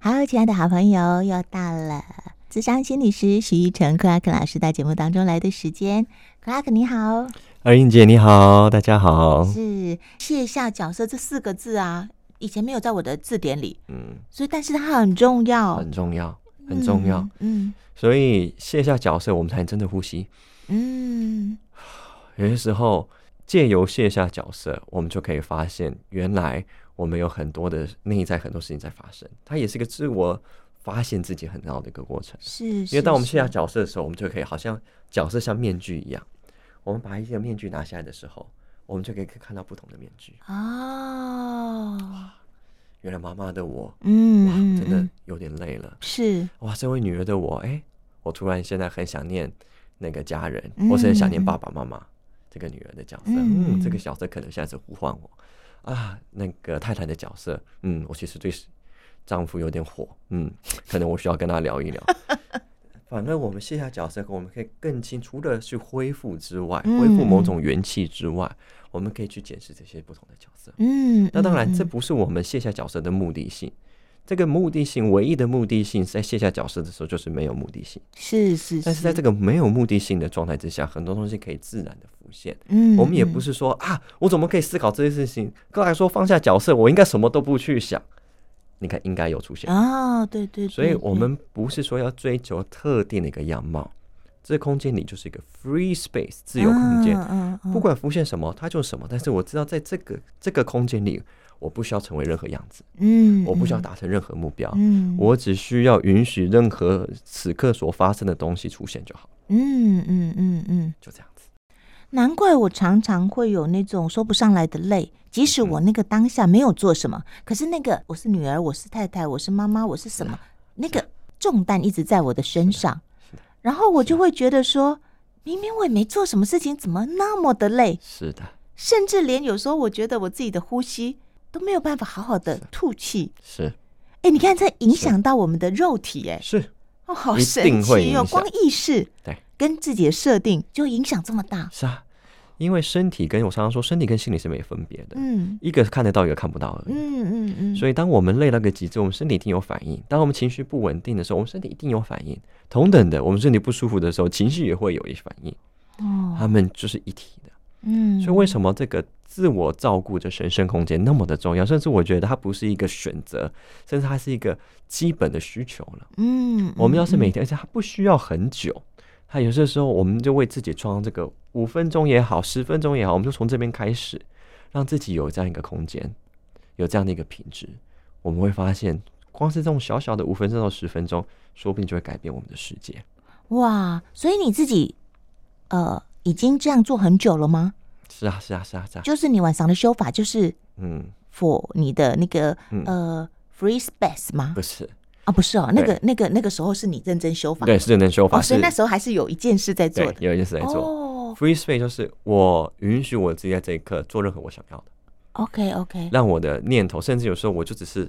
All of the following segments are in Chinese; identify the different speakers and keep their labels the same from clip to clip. Speaker 1: 好，亲爱的好朋友，又到了智商心理师徐一成克拉克老师到节目当中来的时间。克拉克你好，
Speaker 2: 二英姐你好，大家好。
Speaker 1: 是卸下角色这四个字啊，以前没有在我的字典里，
Speaker 2: 嗯，
Speaker 1: 所以但是它很重要，
Speaker 2: 很重要，很重要。
Speaker 1: 嗯。
Speaker 2: 所以卸下角色，我们才能真的呼吸。
Speaker 1: 嗯嗯，
Speaker 2: 有些时候，借由卸下角色，我们就可以发现，原来我们有很多的内在很多事情在发生。它也是一个自我发现自己很好的一个过程。
Speaker 1: 是，
Speaker 2: 因为当我们卸下
Speaker 1: 是
Speaker 2: 角色的时候，我们就可以好像角色像面具一样，我们把一些面具拿下来的时候，我们就可以看到不同的面具。
Speaker 1: 哦，
Speaker 2: 原来妈妈的我，
Speaker 1: 嗯，
Speaker 2: 哇，
Speaker 1: 嗯嗯
Speaker 2: 真的有点累了。
Speaker 1: 是
Speaker 2: 哇，身为女儿的我，哎、我突然现在很想念那个家人，
Speaker 1: 嗯
Speaker 2: 我是很想念爸爸妈妈这个女儿的角色。
Speaker 1: 嗯
Speaker 2: 嗯，这个角色可能现在是呼唤我啊，那个太太的角色，嗯，我其实对丈夫有点火，嗯，可能我需要跟他聊一聊。 反而我们卸下角色，我们可以更清，除了去恢复之外，恢复某种元气之外，我们可以去检视这些不同的角色。
Speaker 1: 嗯，
Speaker 2: 那当然，
Speaker 1: 嗯
Speaker 2: 这不是我们卸下角色的目的性。这个目的性，唯一的目的性，在卸下角色的时候就是没有目的性。
Speaker 1: 是是，
Speaker 2: 但是在这个没有目的性的状态之下，很多东西可以自然的浮现。
Speaker 1: 嗯，
Speaker 2: 我们也
Speaker 1: 嗯
Speaker 2: 不是说啊，我怎么可以思考这些事情？刚才说放下角色，我应该什么都不去想。你看，应该有出现。
Speaker 1: 哦，对对，
Speaker 2: 所以
Speaker 1: 对
Speaker 2: 我
Speaker 1: 对
Speaker 2: 们不是说要追求特定的一个样貌，这空间里就是一个 free space 自由空间。
Speaker 1: 嗯嗯
Speaker 2: 不管浮现什么，它就是什么。但是我知道，在这个这个空间里，我不需要成为任何样子，
Speaker 1: 嗯，
Speaker 2: 我不需要达成任何目标，
Speaker 1: 嗯，嗯，
Speaker 2: 我只需要允许任何此刻所发生的东西出现就好，
Speaker 1: 嗯嗯嗯嗯，
Speaker 2: 就这样子。
Speaker 1: 难怪我常常会有那种说不上来的累，即使我那个当下没有做什么，可是那个我是女儿，我是太太，我是妈妈，我是什么，那个重担一直在我的身上，然后我就会觉得说，明明我也没做什么事情，怎么那么的累？
Speaker 2: 是的，
Speaker 1: 甚至连有时候我觉得我自己的呼吸都没有办法好好的吐气。
Speaker 2: 是
Speaker 1: 哎，你看，这影响到我们的肉体，哎，
Speaker 2: 是，
Speaker 1: 哦，好
Speaker 2: 一
Speaker 1: 神
Speaker 2: 定会
Speaker 1: 奇
Speaker 2: 影
Speaker 1: 哦！
Speaker 2: 响
Speaker 1: 光意识
Speaker 2: 对
Speaker 1: 跟自己的设定就影响这么大，
Speaker 2: 是啊，因为身体跟我常常说，身体跟心理是没分别的，
Speaker 1: 嗯
Speaker 2: 一个看得到，一个看不到而已。
Speaker 1: 嗯嗯嗯，
Speaker 2: 所以，当我们累到一个极致，我们身体一定有反应；当我们情绪不稳定的时候，我们身体一定有反应。同等的，我们身体不舒服的时候，情绪也会有一反应。
Speaker 1: 哦，
Speaker 2: 它们就是一体的。
Speaker 1: 嗯，
Speaker 2: 所以为
Speaker 1: 么
Speaker 2: 什么这个自我照顾的神圣空间那么的重要？甚至我觉得它不是一个选择，甚至它是一个基本的需求了。
Speaker 1: 嗯
Speaker 2: 我们要是
Speaker 1: 嗯
Speaker 2: 每天，而且它不需要很久，它有些时候我们就为自己创造这个五分钟也好，十分钟也好，我们就从这边开始，让自己有这样一个空间，有这样的一个品质，我们会发现。光是这种小小的五分钟到十分钟，说不定就会改变我们的世界。
Speaker 1: 嗯哇，所以你自己呃已经这样做很久了吗？
Speaker 2: 是啊，是啊，是啊，是啊。
Speaker 1: 就是你晚上的修法就是
Speaker 2: 嗯，
Speaker 1: for 你的那个
Speaker 2: 嗯
Speaker 1: 呃 free space 吗
Speaker 2: 不？是，
Speaker 1: 啊，不是哦，那个那个那个时候是你认真修法，
Speaker 2: 对，是认真修法，
Speaker 1: 哦，所以
Speaker 2: 是
Speaker 1: 那时候还是有一件事在做
Speaker 2: 对，
Speaker 1: 的，
Speaker 2: 有一件事在做。
Speaker 1: 哦
Speaker 2: Free space 就是我允许我自己在这一刻做任何我想要的，
Speaker 1: ，OK OK，
Speaker 2: 让我的念头，甚至有时候我就只是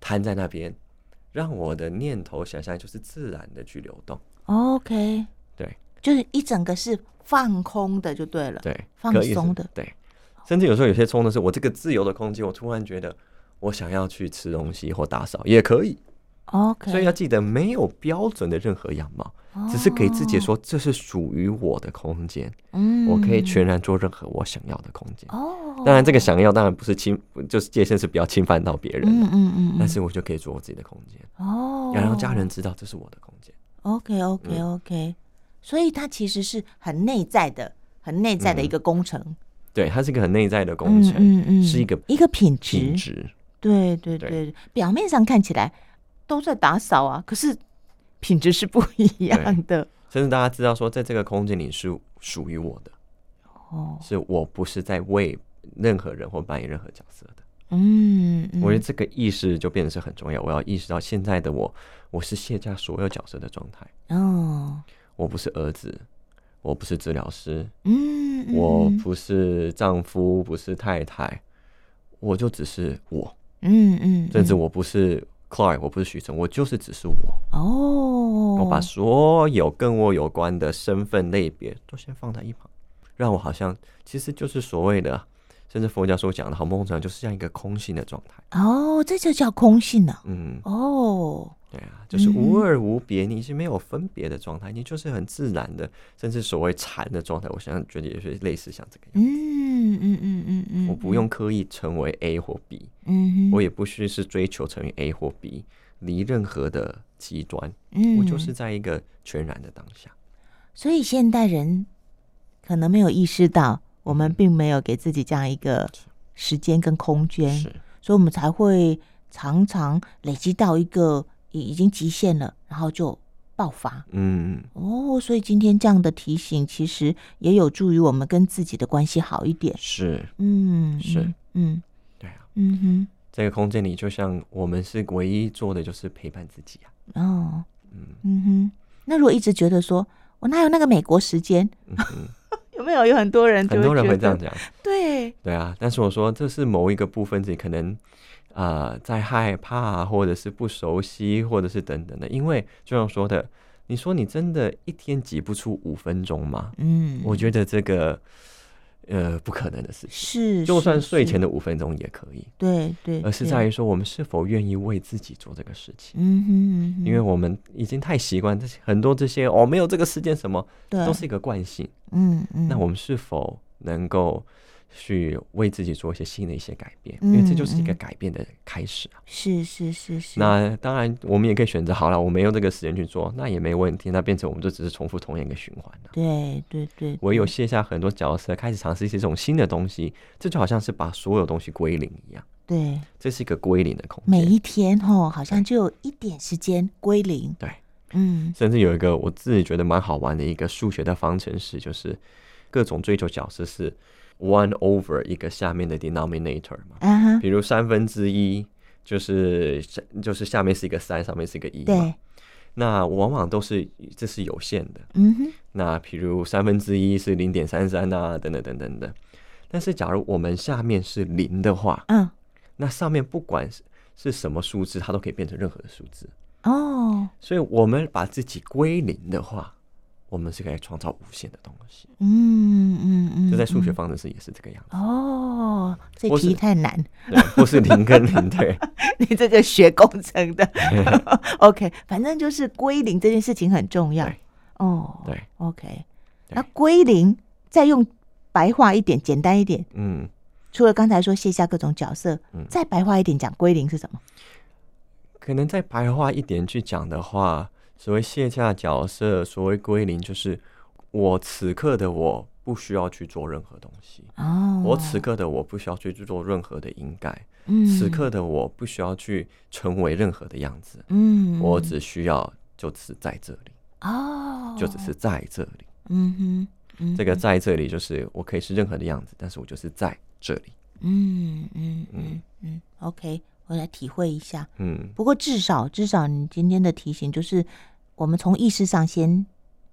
Speaker 2: 瘫在那边，让我的念头想象就是自然的去流动。
Speaker 1: OK，
Speaker 2: 对，
Speaker 1: 就是一整个是放空的就对了。
Speaker 2: 对，
Speaker 1: 放
Speaker 2: 可以是
Speaker 1: 松的
Speaker 2: 对，甚至有时候有些冲的是我这个自由的空间，我突然觉得我想要去吃东西或打扫也可以，
Speaker 1: OK，
Speaker 2: 所以要记得没有标准的任何样貌，只是给自己说这是属于我的空间，
Speaker 1: 哦嗯，
Speaker 2: 我可以全然做任何我想要的空间。
Speaker 1: 哦，
Speaker 2: 当然，这个想要当然不是侵，就是界限是不要侵犯到别人
Speaker 1: 嗯
Speaker 2: 的，
Speaker 1: 嗯嗯，
Speaker 2: 但是我就可以做我自己的空间，
Speaker 1: 嗯哦，
Speaker 2: 要让家嗯人知道这是我的空间。
Speaker 1: OK OK OK，所以它其实是很内在的，很内在的一个工程，
Speaker 2: 对，它是一个很内在的嗯工程，
Speaker 1: 嗯嗯，
Speaker 2: 是一个
Speaker 1: 一个品
Speaker 2: 品
Speaker 1: 质，
Speaker 2: 质。
Speaker 1: 对对
Speaker 2: 对
Speaker 1: 对，表面上看起来都在打扫啊，可是品质是不一样的
Speaker 2: 甚至大家知道说，在这个空间里是属于我的，
Speaker 1: 哦，
Speaker 2: 是我不是在为任何人或扮演任何角色的。
Speaker 1: 嗯，嗯
Speaker 2: 我觉得这个意识就变得是很重要。我要意识到现在的我，我是卸下所有角色的状态，
Speaker 1: 哦，
Speaker 2: 我不是儿子，我不是治疗师，
Speaker 1: 嗯，嗯
Speaker 2: 我
Speaker 1: 嗯
Speaker 2: 不是丈夫，不是太太，我就只是我，
Speaker 1: 嗯嗯，
Speaker 2: 甚至
Speaker 1: 嗯
Speaker 2: 我不是 Clark，我不是许晨，我就是只是我。
Speaker 1: 哦，
Speaker 2: 我把所有跟我有关的身份类别都先放在一旁，让我好像其实就是所谓的甚至佛教所讲的好，某种程度就是这样一个空性的状态。
Speaker 1: 哦，这就叫空性了。
Speaker 2: 嗯，
Speaker 1: 哦，
Speaker 2: 对啊，就是无
Speaker 1: 嗯
Speaker 2: 二无别，你是没有分别的状态，你就是很自然的，甚至所谓禅的状态，我想觉得也是类似像这个样。
Speaker 1: 嗯嗯嗯嗯嗯，
Speaker 2: 我不用刻意成为 A 或 B，
Speaker 1: 嗯哼，
Speaker 2: 我也不是是追求成为 A 或 B，离任何的极端，
Speaker 1: 嗯，
Speaker 2: 我就是在一个全然的当下。
Speaker 1: 所以现代人可能没有意识到，我们并没有给自己这样一个时间跟空间，
Speaker 2: 嗯是，
Speaker 1: 所以我们才会常常累积到一个已已经极限了，然后就爆发。
Speaker 2: 嗯，
Speaker 1: 哦，所以今天这样的提醒，其实也有助于我们跟自己的关系好一点。
Speaker 2: 是，
Speaker 1: 嗯，
Speaker 2: 是
Speaker 1: 嗯，
Speaker 2: 对啊。
Speaker 1: 嗯嗯
Speaker 2: 这个空间里，就像我们是唯一做的就是陪伴自己啊。
Speaker 1: 哼，哦，
Speaker 2: 嗯
Speaker 1: 嗯哼。那如果一直觉得说我哪有那个美国时间，
Speaker 2: 嗯嗯，
Speaker 1: 有没有有很多人 就
Speaker 2: 很多人
Speaker 1: 觉
Speaker 2: 会这样
Speaker 1: 得，
Speaker 2: 讲，
Speaker 1: 对，
Speaker 2: 对啊。但是我说这是某一个部分自己可能啊、呃在害怕，或者是不熟悉，或者是等等的。因为就像说的，你说你真的一天挤不出五分钟吗？
Speaker 1: 嗯，
Speaker 2: 我觉得这个呃不可能的事情。
Speaker 1: 是，
Speaker 2: 就是算睡前
Speaker 1: 是
Speaker 2: 的五分钟也可以，
Speaker 1: 对对，
Speaker 2: 而是
Speaker 1: 对
Speaker 2: 在于说我们是否愿意为自己做这个事情。
Speaker 1: 嗯哼嗯哼，
Speaker 2: 因为我们已经太习惯这些很多这些哦，没有这个时间什么，
Speaker 1: 对
Speaker 2: 都是一个惯性。
Speaker 1: 嗯嗯，
Speaker 2: 那我们是否能够去为自己做一些新的一些改变？因为这就是一个
Speaker 1: 嗯嗯
Speaker 2: 改变的开始啊。
Speaker 1: 是是是是，
Speaker 2: 那当然，我们也可以选择好了，我没有这个时间去做，那也没问题。那变成我们就只是重复同样一个循环了、
Speaker 1: 对对对，
Speaker 2: 唯有
Speaker 1: 对
Speaker 2: 卸下很多角色，开始尝试一些这种新的东西，这就好像是把所有东西归零一样，
Speaker 1: 对
Speaker 2: 这是一个归零的空
Speaker 1: 每
Speaker 2: 间。
Speaker 1: 一天哦，好像就有一点时间归零，
Speaker 2: 对，
Speaker 1: 嗯
Speaker 2: 甚至有一个我自己觉得蛮好玩的一个数学的方程式，就是各种追求角色是 one over 一个下面的 denominator 嘛。
Speaker 1: 啊哈，
Speaker 2: 比如三分之一就是下就是下面是一个三，上面是一个一嘛。
Speaker 1: 对，
Speaker 2: 那往往都是这是有限的。
Speaker 1: 嗯哼，
Speaker 2: 那比如三分之一是零点三三啊，等等等等的。但是假如我们下面是零的话，
Speaker 1: 嗯
Speaker 2: 那上面不管是是什么数字，它都可以变成任何的数字。
Speaker 1: 哦，
Speaker 2: 所以，我们把自己归零的话，我们是可以创造无限的东西。
Speaker 1: 嗯嗯嗯，
Speaker 2: 这在数学
Speaker 1: 嗯
Speaker 2: 方程式也是这个样子，
Speaker 1: 哦，这
Speaker 2: 或
Speaker 1: 题
Speaker 2: 是
Speaker 1: 太难，
Speaker 2: 对，或是零跟 零，对，
Speaker 1: 你这个学工程 的，OK，反正就是归零这件事情很重要
Speaker 2: 对
Speaker 1: 哦，
Speaker 2: 对
Speaker 1: ，OK，
Speaker 2: 对
Speaker 1: 那归零再用白话一点，简单一点。
Speaker 2: 嗯。
Speaker 1: 除了刚才说卸下各种角色，
Speaker 2: 嗯
Speaker 1: 再白话一点讲，归零是什么？
Speaker 2: 可能再白话一点去讲的话，所谓卸下角色，所谓归零，就是我此刻的我不需要去做任何东西，
Speaker 1: 哦，
Speaker 2: 我此刻的我不需要去做任何的应该，
Speaker 1: 嗯
Speaker 2: 此刻的我不需要去成为任何的样子，
Speaker 1: 嗯，
Speaker 2: 我只需要就只在这里，
Speaker 1: 哦，
Speaker 2: 就只是在这里。
Speaker 1: 嗯哼，嗯
Speaker 2: 这个在这里就是我可以是任何的样子，但是我就是在这里。
Speaker 1: 嗯嗯嗯嗯，OK，我来体会一下。
Speaker 2: 嗯，
Speaker 1: 不过至少至少你今天的提醒就是，我们从意识上先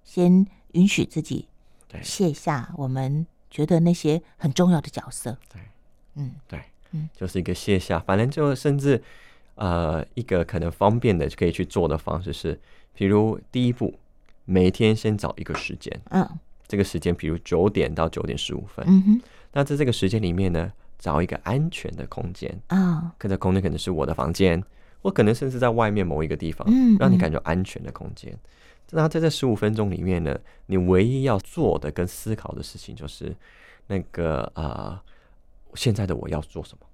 Speaker 1: 先允许自己
Speaker 2: 对
Speaker 1: 卸下我们觉得那些很重要的角色。
Speaker 2: 对。
Speaker 1: 嗯
Speaker 2: 对，
Speaker 1: 嗯
Speaker 2: 就是一个卸下，反正就甚至呃，一个可能方便的就可以去做的方式是，比如第一步，每天先找一个时间，
Speaker 1: 嗯
Speaker 2: 这个时间比如九点到九点十五分，
Speaker 1: 嗯哼
Speaker 2: 那在这个时间里面呢，找一个安全的空间，
Speaker 1: 啊
Speaker 2: 可能空间可能是我的房间，我可能甚至在外面某一个地方，
Speaker 1: 嗯
Speaker 2: 呃让你
Speaker 1: 嗯
Speaker 2: 感觉安全的空间。那在这十五分钟里面呢，你唯一要做的跟思考的事情就是，那个啊、呃，现在的我要做什么，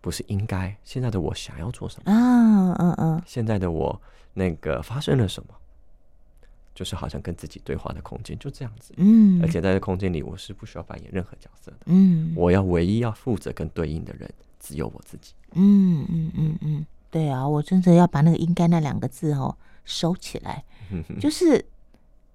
Speaker 2: 不是应该，现在的我想要做什么，
Speaker 1: 啊嗯嗯
Speaker 2: 现在的我那个发生了什么，就是好像跟自己对话的空间，就这样子。
Speaker 1: 嗯，
Speaker 2: 而且在这空间里，我是不需要扮演任何角色的，
Speaker 1: 嗯
Speaker 2: 我要唯一要负责跟对应的人只有我自己。
Speaker 1: 嗯嗯嗯嗯，对啊，我真的要把那个“应该”那两个字哦收起来。
Speaker 2: 嗯
Speaker 1: 就是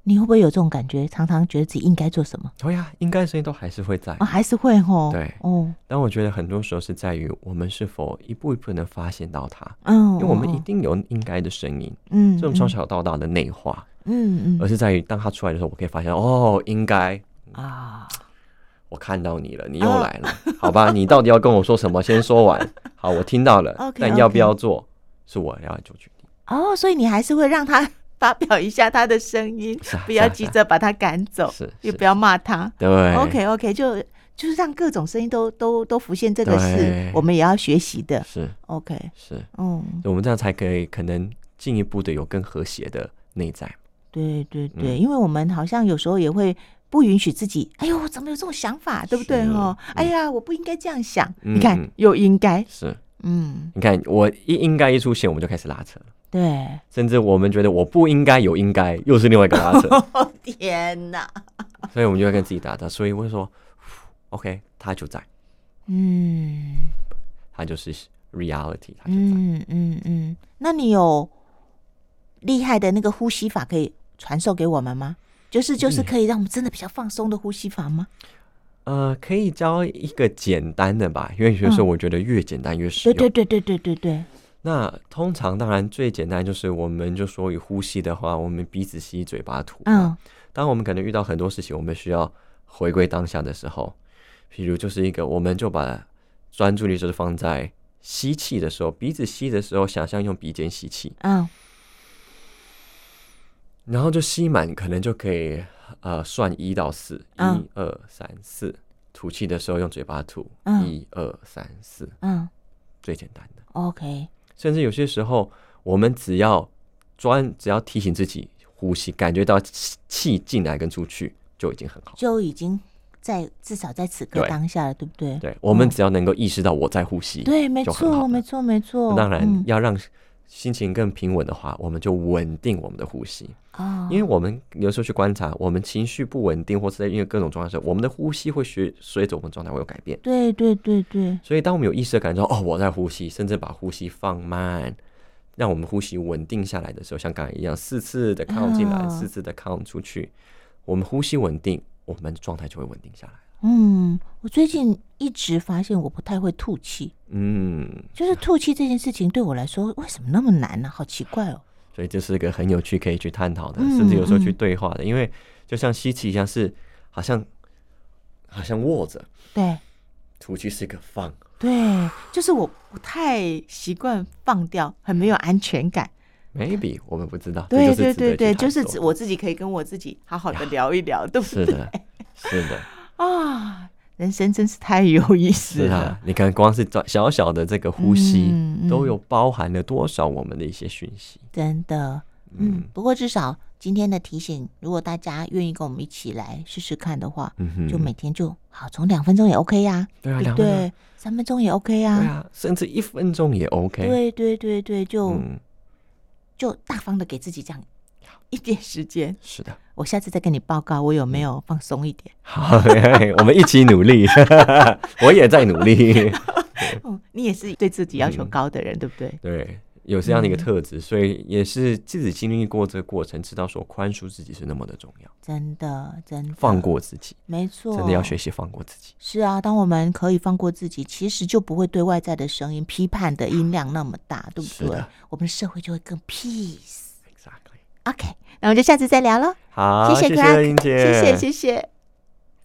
Speaker 1: 你会不会有这种感觉？常常觉得自己应该做什么，
Speaker 2: 对哦呀、应该的声音都还是会在
Speaker 1: 哦，。还是会哦。
Speaker 2: 对
Speaker 1: 哦，
Speaker 2: 但我觉得很多时候是在于我们是否一步一步能发现到它，
Speaker 1: 嗯，
Speaker 2: 因为我们一
Speaker 1: 嗯
Speaker 2: 定有应该的声音，
Speaker 1: 嗯，
Speaker 2: 这种从小到大的内化，
Speaker 1: 嗯嗯
Speaker 2: 而是在于当它出来的时候，我可以发现哦，应该
Speaker 1: 嗯啊，
Speaker 2: 我看到你了，你又来了，好吧，你到底要跟我说什么？先说完，好，我听到了
Speaker 1: OK，
Speaker 2: 但要不要做是我要做决定。
Speaker 1: 哦，所以你还是会让他 发表一下他的声音
Speaker 2: 是啊，
Speaker 1: 不要
Speaker 2: 是啊
Speaker 1: 急
Speaker 2: 是啊
Speaker 1: 着把他赶走
Speaker 2: 是，哎
Speaker 1: 也
Speaker 2: 是
Speaker 1: 不要骂他。
Speaker 2: 对
Speaker 1: OK OK，就就是让各种声音都都都浮现，这个是
Speaker 2: 对
Speaker 1: 我们也要学习的。
Speaker 2: 是
Speaker 1: OK，
Speaker 2: 是，
Speaker 1: 嗯，
Speaker 2: 我们这样才可以可能进一步的有更和谐的内在。
Speaker 1: 对对
Speaker 2: 嗯
Speaker 1: 对，因为我们好像有时候也会不允许自己，哎呦，我怎么有这种想法，对不对
Speaker 2: 是
Speaker 1: 哦？
Speaker 2: 嗯
Speaker 1: 哎呀，我不应该这样想，
Speaker 2: 嗯
Speaker 1: 你看
Speaker 2: 嗯
Speaker 1: 又应该，
Speaker 2: 是，
Speaker 1: 嗯，
Speaker 2: 你看我一应该一出现，我们就开始拉扯了，
Speaker 1: 对，
Speaker 2: 甚至我们觉得我不应该有应该，又是另外一个拉 扯，
Speaker 1: 天哪，
Speaker 2: 所以我们就要跟自己打架。所以我就说，OK，他就在，
Speaker 1: 嗯
Speaker 2: 他就是 reality，他就在。
Speaker 1: 嗯嗯嗯，那你有厉害的那个呼吸法可以传授给我们吗？就是就是
Speaker 2: 嗯
Speaker 1: 可以让我们真的比较放松的呼吸法吗？
Speaker 2: 呃，可以教一个简单的吧，因为有些时候我觉得越简单越实
Speaker 1: 对
Speaker 2: 用。
Speaker 1: 对对对对对对，
Speaker 2: 那通常当然最简单就是我们就说以呼吸的话，我们鼻子吸，嘴巴吐。
Speaker 1: 嗯，
Speaker 2: 当我们可能遇到很多事情，我们需要回归当下的时候，譬如就是一个，我们就把专注力就是放在吸气的时候，鼻子吸的时候，想象用鼻尖吸气，
Speaker 1: 嗯
Speaker 2: 然后就吸满，可能就可以呃算一到四，
Speaker 1: 嗯
Speaker 2: 一二三四。吐气的时候用嘴巴吐，
Speaker 1: 嗯
Speaker 2: 一二三四，
Speaker 1: 嗯
Speaker 2: 最简单的。
Speaker 1: ，OK，
Speaker 2: 甚至有些时候，我们只要专只要提醒自己呼吸，感觉到气气进来跟出去就已经很好。
Speaker 1: 就已经在至少在此刻
Speaker 2: 对
Speaker 1: 当下了，对不对？
Speaker 2: 对，我们只要能够意识到我在呼吸，
Speaker 1: 对，没
Speaker 2: 就很好
Speaker 1: 错，
Speaker 2: 了
Speaker 1: 没错，没错。
Speaker 2: 当然
Speaker 1: 嗯
Speaker 2: 要让心情更平稳的话，我们就稳定我们的呼吸。
Speaker 1: 哦，
Speaker 2: 因为我们有时候去观察，我们情绪不稳定，或是在因为各种状态的时候，我们的呼吸会随随着我们状态会有改变。
Speaker 1: 对对对对，
Speaker 2: 所以，当我们有意识的感觉到哦，我在呼吸，甚至把呼吸放慢，让我们呼吸稳定下来的时候，像刚才一样，四次的靠进来，
Speaker 1: 啊
Speaker 2: 四次的靠出去，我们呼吸稳定，我们状态就会稳定下来。
Speaker 1: 嗯，我最近一直发现我不太会吐气，
Speaker 2: 嗯，
Speaker 1: 就是吐气这件事情对我来说为什么那么难呢、好奇怪哦。
Speaker 2: 所以这是一个很有趣可以去探讨的，
Speaker 1: 嗯
Speaker 2: 甚至有时候去
Speaker 1: 嗯
Speaker 2: 对话的，因为就像吸气一样，是好像好像握着，
Speaker 1: 对
Speaker 2: 吐气是一个放，
Speaker 1: 对，就是我不太习惯放掉，很没有安全感。
Speaker 2: maybe 我们不知道，
Speaker 1: 对对
Speaker 2: 这就是值得
Speaker 1: 对
Speaker 2: 去
Speaker 1: 对，
Speaker 2: 探
Speaker 1: 就是
Speaker 2: 索
Speaker 1: 指我自己可以跟我自己好好的聊一聊，对不
Speaker 2: 是
Speaker 1: 对？
Speaker 2: 的， 是的。
Speaker 1: 啊，人生真是太有意思
Speaker 2: 是
Speaker 1: 了
Speaker 2: 啊。，你看，光是小小小的这个呼吸，
Speaker 1: 嗯嗯
Speaker 2: 都有包含了多少我们的一些讯息？
Speaker 1: 真的，嗯，不过至少今天的提醒，如果大家愿意跟我们一起来试试看的话，
Speaker 2: 嗯哼，
Speaker 1: 就每天就好，从两分钟也 OK 呀、
Speaker 2: 对啊，
Speaker 1: 对
Speaker 2: 两
Speaker 1: 不
Speaker 2: 分钟，
Speaker 1: 对？三分钟也 OK 呀、
Speaker 2: 对啊，甚至一分钟也啊 OK。，
Speaker 1: 对哦对对对，就、
Speaker 2: 嗯，
Speaker 1: 就大方的给自己这样一点时间，
Speaker 2: 是的，
Speaker 1: 我下次再跟你报告我有
Speaker 2: 嗯
Speaker 1: 没有放松一点。
Speaker 2: 好， 我们一起努力， 我也在努力。
Speaker 1: 嗯，你也是对自己要
Speaker 2: 嗯
Speaker 1: 求高的人，对不对？
Speaker 2: 对，有这样的一个特
Speaker 1: 嗯
Speaker 2: 质，所以也是自己经历过这个过程，知道说宽恕自己是那么的重要，
Speaker 1: 真的，真的
Speaker 2: 放，过自己，
Speaker 1: 没错，
Speaker 2: 真的要学。习放过自己。
Speaker 1: 是啊，当我们可以放过自己，其实就不会对外在的声音、批判的音量那么大，对
Speaker 2: 是
Speaker 1: 不对
Speaker 2: 的？
Speaker 1: 我们的社会就会更 peace。
Speaker 2: Exactly。
Speaker 1: OK，那我们就下次再聊喽。
Speaker 2: 好，
Speaker 1: 谢
Speaker 2: 谢
Speaker 1: 谢 Crack，
Speaker 2: 英姐，
Speaker 1: 谢谢，谢谢。